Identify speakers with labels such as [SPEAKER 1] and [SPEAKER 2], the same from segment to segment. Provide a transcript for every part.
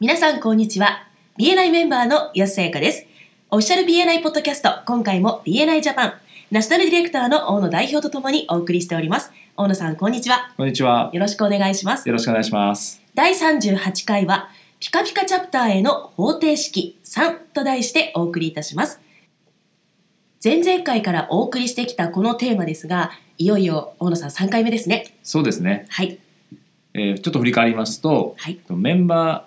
[SPEAKER 1] 皆さん、こんにちは。BNI メンバーの安さやかです。オフィシャル BNI ポッドキャスト、今回も BNI ジャパン、ナショナルディレクターの大野代表とともにお送りしております。大野さん、こんにちは。
[SPEAKER 2] こんにちは。
[SPEAKER 1] よろしくお願いします。
[SPEAKER 2] よろしくお願いします。
[SPEAKER 1] 第38回は、ピカピカチャプターへの方程式3と題してお送りいたします。前々回からお送りしてきたこのテーマですが、いよいよ大野さん3回目ですね。
[SPEAKER 2] そうですね。
[SPEAKER 1] はい。
[SPEAKER 2] えーちょっと振り返りますと、
[SPEAKER 1] はい。
[SPEAKER 2] メンバ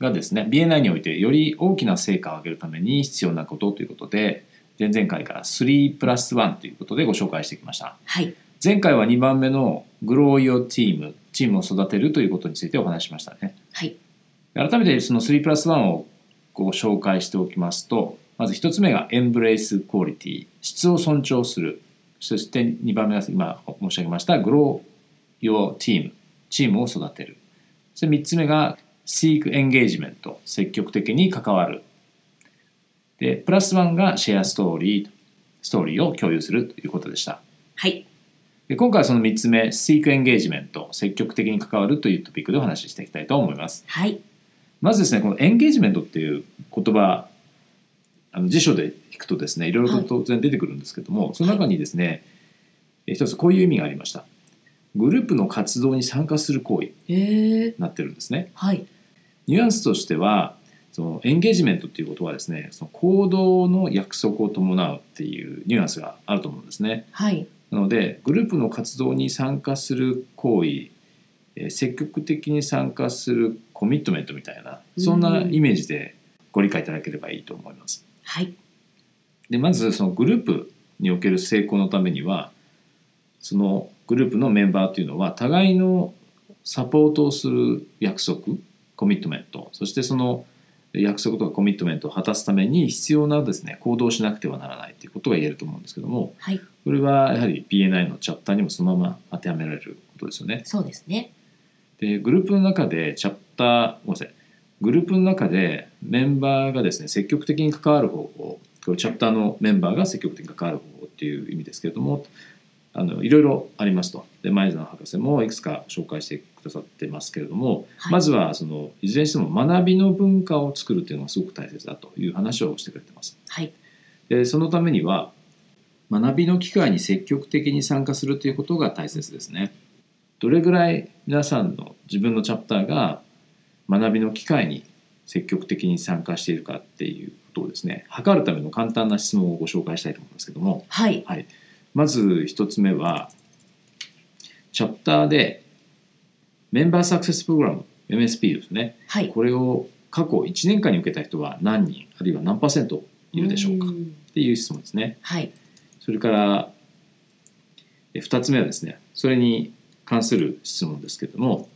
[SPEAKER 2] ーがですね、BNI においてより大きな成果を上げるために必要なことということで、前々回から3プラス1ということでご紹介してきました。
[SPEAKER 1] はい。
[SPEAKER 2] 前回は2番目の Grow Your Team、チームを育てるということについてお話ししましたね。
[SPEAKER 1] はい。
[SPEAKER 2] 改めてその3プラス1をご紹介しておきますとまず1つ目が Embrace Quality 質を尊重するそして2番目が今申し上げました Grow Your Team チームを育てるそして3つ目が Seek Engagement 積極的に関わるでプラス1がシェアストーリーストーリーを共有するということでした
[SPEAKER 1] はい。
[SPEAKER 2] で今回はその3つ目 Seek Engagement 積極的に関わるというトピックでお話ししていきたいと思います
[SPEAKER 1] はい。
[SPEAKER 2] まずですねこのエンゲージメントっていう言葉あの辞書で引くとですねいろいろと当然出てくるんですけども、その中にですねえ一つこういう意味がありましたグループの活動に参加する行為に
[SPEAKER 1] へえ。
[SPEAKER 2] なってるんですね
[SPEAKER 1] はい。
[SPEAKER 2] ニュアンスとしてはそのエンゲージメントっていうことはですねその行動の約束を伴うっていうニュアンスがあると思うんですね
[SPEAKER 1] はい。
[SPEAKER 2] なのでグループの活動に参加する行為えー積極的に参加するコミットメントみたいなそんなイメージでご理解いただければいいと思います。
[SPEAKER 1] はい。
[SPEAKER 2] でまずそのグループにおける成功のためにはそのグループのメンバーというのは互いのサポートをする約束コミットメントそしてその約束とかコミットメントを果たすために必要なですね行動をしなくてはならないということが言えると思うんですけども、
[SPEAKER 1] はい。
[SPEAKER 2] これはやはり BNI のチャプターにもそのまま当てはめられることですよね。
[SPEAKER 1] そうですね。
[SPEAKER 2] でグループの中でチャプターごめんなさいグループの中でメンバーがですね積極的に関わる方法これチャプターのメンバーが積極的に関わる方法っていう意味ですけれどもあのいろいろありますとで前澤博士もいくつか紹介してくださってますけれども、
[SPEAKER 1] はい
[SPEAKER 2] まずはそのいずれにしても学びの文化を作るっていうのがすごく大切だという話をしてくれてます。
[SPEAKER 1] はい。
[SPEAKER 2] でそのためには学びの機会に積極的に参加するということが大切ですね。どれぐらい皆さんの自分のチャプターが学びの機会に積極的に参加しているかっていうことをですね測るための簡単な質問をご紹介したいと思うんですけども、
[SPEAKER 1] はい。
[SPEAKER 2] はい、まず一つ目はチャプターでメンバーサクセスプログラム MSP ですね
[SPEAKER 1] はい。
[SPEAKER 2] これを過去1年間に受けた人は何人あるいは何パーセントいるでしょうか
[SPEAKER 1] ーん
[SPEAKER 2] っていう質問ですね。
[SPEAKER 1] はい。
[SPEAKER 2] それからえ2つ目はですねそれに関する質問ですけれども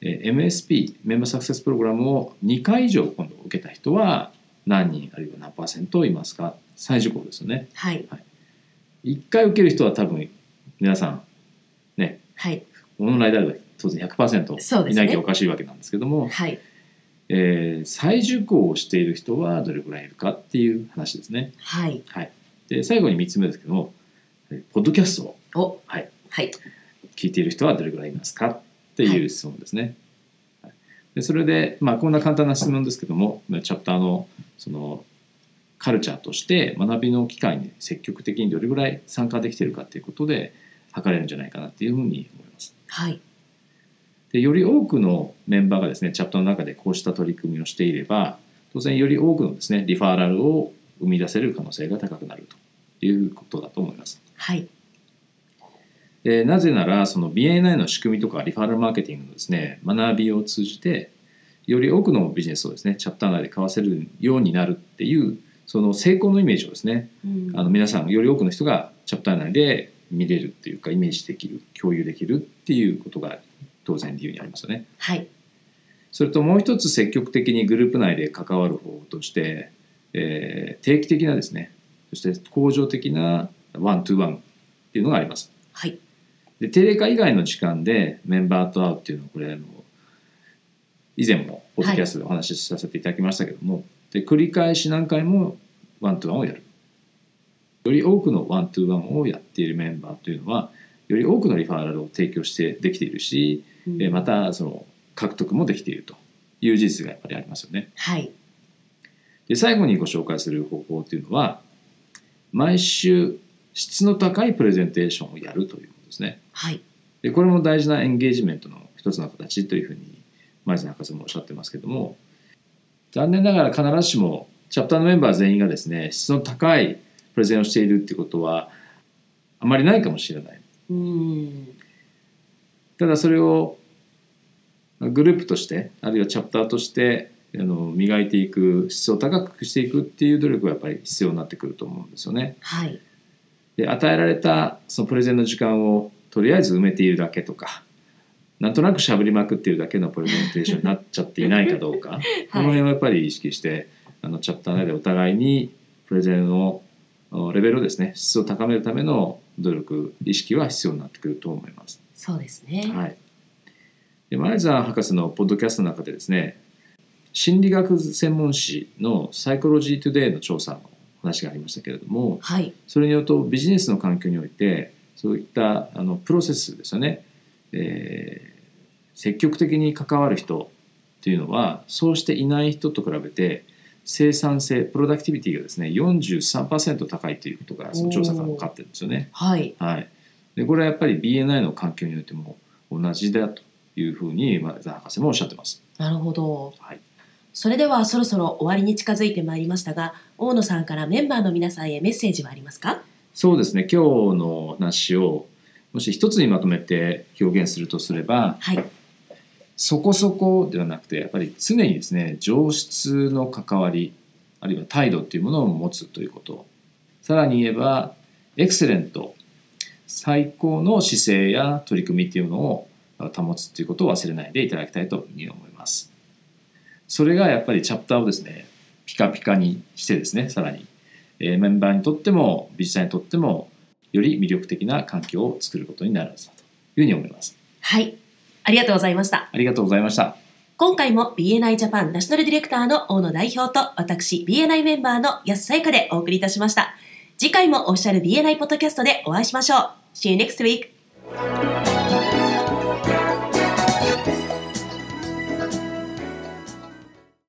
[SPEAKER 2] え MSP メンバーサクセスプログラムを2回以上今度受けた人は何人あるいは何パーセントいますか最受講ですよね
[SPEAKER 1] はい。
[SPEAKER 2] 1回受ける人は多分皆さんね
[SPEAKER 1] はい。
[SPEAKER 2] 本来であれば当然
[SPEAKER 1] そう
[SPEAKER 2] 100%
[SPEAKER 1] で
[SPEAKER 2] い
[SPEAKER 1] す
[SPEAKER 2] な
[SPEAKER 1] ね
[SPEAKER 2] きゃおかしいわけなんですけども、
[SPEAKER 1] はい。
[SPEAKER 2] えー再受講をしている人はどれぐらいいるかっていう話ですね
[SPEAKER 1] はい。
[SPEAKER 2] で最後に3つ目ですけどもえポッドキャストを
[SPEAKER 1] お。
[SPEAKER 2] はい。
[SPEAKER 1] はい。
[SPEAKER 2] 聞いている人はどれぐらいいますかっていう質問ですね。はいでそれで、まあ、こんな簡単な質問ですけどもチャプターのそのカルチャーとして学びの機会に積極的にどれぐらい参加できているかということで測れるんじゃないかなっていうふうに思います。
[SPEAKER 1] はい。
[SPEAKER 2] でより多くのメンバーがですねチャプターの中でこうした取り組みをしていれば当然より多くのですねリファーラルを生み出せる可能性が高くなるということだと思います。
[SPEAKER 1] はい。
[SPEAKER 2] でなぜならその BNI の仕組みとかリファラルマーケティングのですね学びを通じてより多くのビジネスをですねチャプター内で買わせるようになるっていうその成功のイメージをですね
[SPEAKER 1] うん
[SPEAKER 2] あの皆さんより多くの人がチャプター内で見れるっていうかイメージできる共有できるっていうことが当然理由にありますよね。
[SPEAKER 1] はい。
[SPEAKER 2] それともう一つ積極的にグループ内で関わる方法として、えー定期的なですねそして恒常的なワントゥーワンっていうのがあります。
[SPEAKER 1] はい。
[SPEAKER 2] で定例会以外の時間でメンバーと会うっていうのはこれあの以前もポッドキャストでお話しさせていただきましたけども、で繰り返し何回もワントゥーワンをやるより多くのワントゥーワンをやっているメンバーというのはより多くのリファーラルを提供してできているし、
[SPEAKER 1] うん
[SPEAKER 2] えーまたその獲得もできているという事実がやっぱりありますよね。
[SPEAKER 1] はい。
[SPEAKER 2] で最後にご紹介する方法というのは毎週質の高いプレゼンテーションをやるということですね。
[SPEAKER 1] はい。
[SPEAKER 2] でこれも大事なエンゲージメントの一つの形というふうに前津博士もおっしゃってますけども残念ながら必ずしもチャプターのメンバー全員がですね質の高いプレゼンをしているってことはあまりないかもしれない。
[SPEAKER 1] うーん。
[SPEAKER 2] ただそれをグループとしてあるいはチャプターとしてあの磨いていく質を高くしていくっていう努力がやっぱり必要になってくると思うんですよね。
[SPEAKER 1] はい。
[SPEAKER 2] で与えられたそのプレゼンの時間をとりあえず埋めているだけとかなんとなくしゃべりまくっているだけのプレゼンテーションになっちゃっていないかどうか、こ
[SPEAKER 1] は
[SPEAKER 2] の
[SPEAKER 1] い。
[SPEAKER 2] 辺をやっぱり意識してあのチャプター内でお互いにプレゼンをレベルをですね質を高めるための努力意識は必要になってくると思います。
[SPEAKER 1] そうですね。
[SPEAKER 2] はい、で前澤博士のポッドキャストの中でですね心理学専門誌の「サイコロジー・トゥデイ」の調査の話がありましたけれども
[SPEAKER 1] はい。
[SPEAKER 2] それによるとビジネスの環境においてそういったあのプロセスですよね、えー積極的に関わる人っていうのはそうしていない人と比べて生産性プロダクティビティがですね43%高いということがその調査から分かってるんですよね。
[SPEAKER 1] はい。
[SPEAKER 2] はい、でこれはやっぱり BNI の環境においても同じだというふうに前澤博士もおっしゃってます。
[SPEAKER 1] なるほど。
[SPEAKER 2] はい、
[SPEAKER 1] それではそろそろ終わりに近づいてまいりましたが、大野さんからメンバーの皆さんへメッセージはありますか
[SPEAKER 2] そうですね今日の話をもし一つにまとめて表現するとすれば
[SPEAKER 1] はい。
[SPEAKER 2] そこそこではなくてやっぱり常にですね上質の関わりあるいは態度っていうものを持つということさらに言えばエクセレント最高の姿勢や取り組みっていうのを保つっていうことを忘れないでいただきたいというふうに思いますそれがやっぱりチャプターをですねピカピカにしてですねさらに、えーメンバーにとってもビジターにとってもより魅力的な環境を作ることになるはずだというふうに思います
[SPEAKER 1] はい。ありがとうございました。
[SPEAKER 2] ありがとうございました
[SPEAKER 1] 今回も BNI ジャパンナショナルディレクターの大野代表と私 BNI メンバーの安さゆかでお送りいたしました。次回もオフィシャル BNI ポッドキャストでお会いしましょう。See you next week!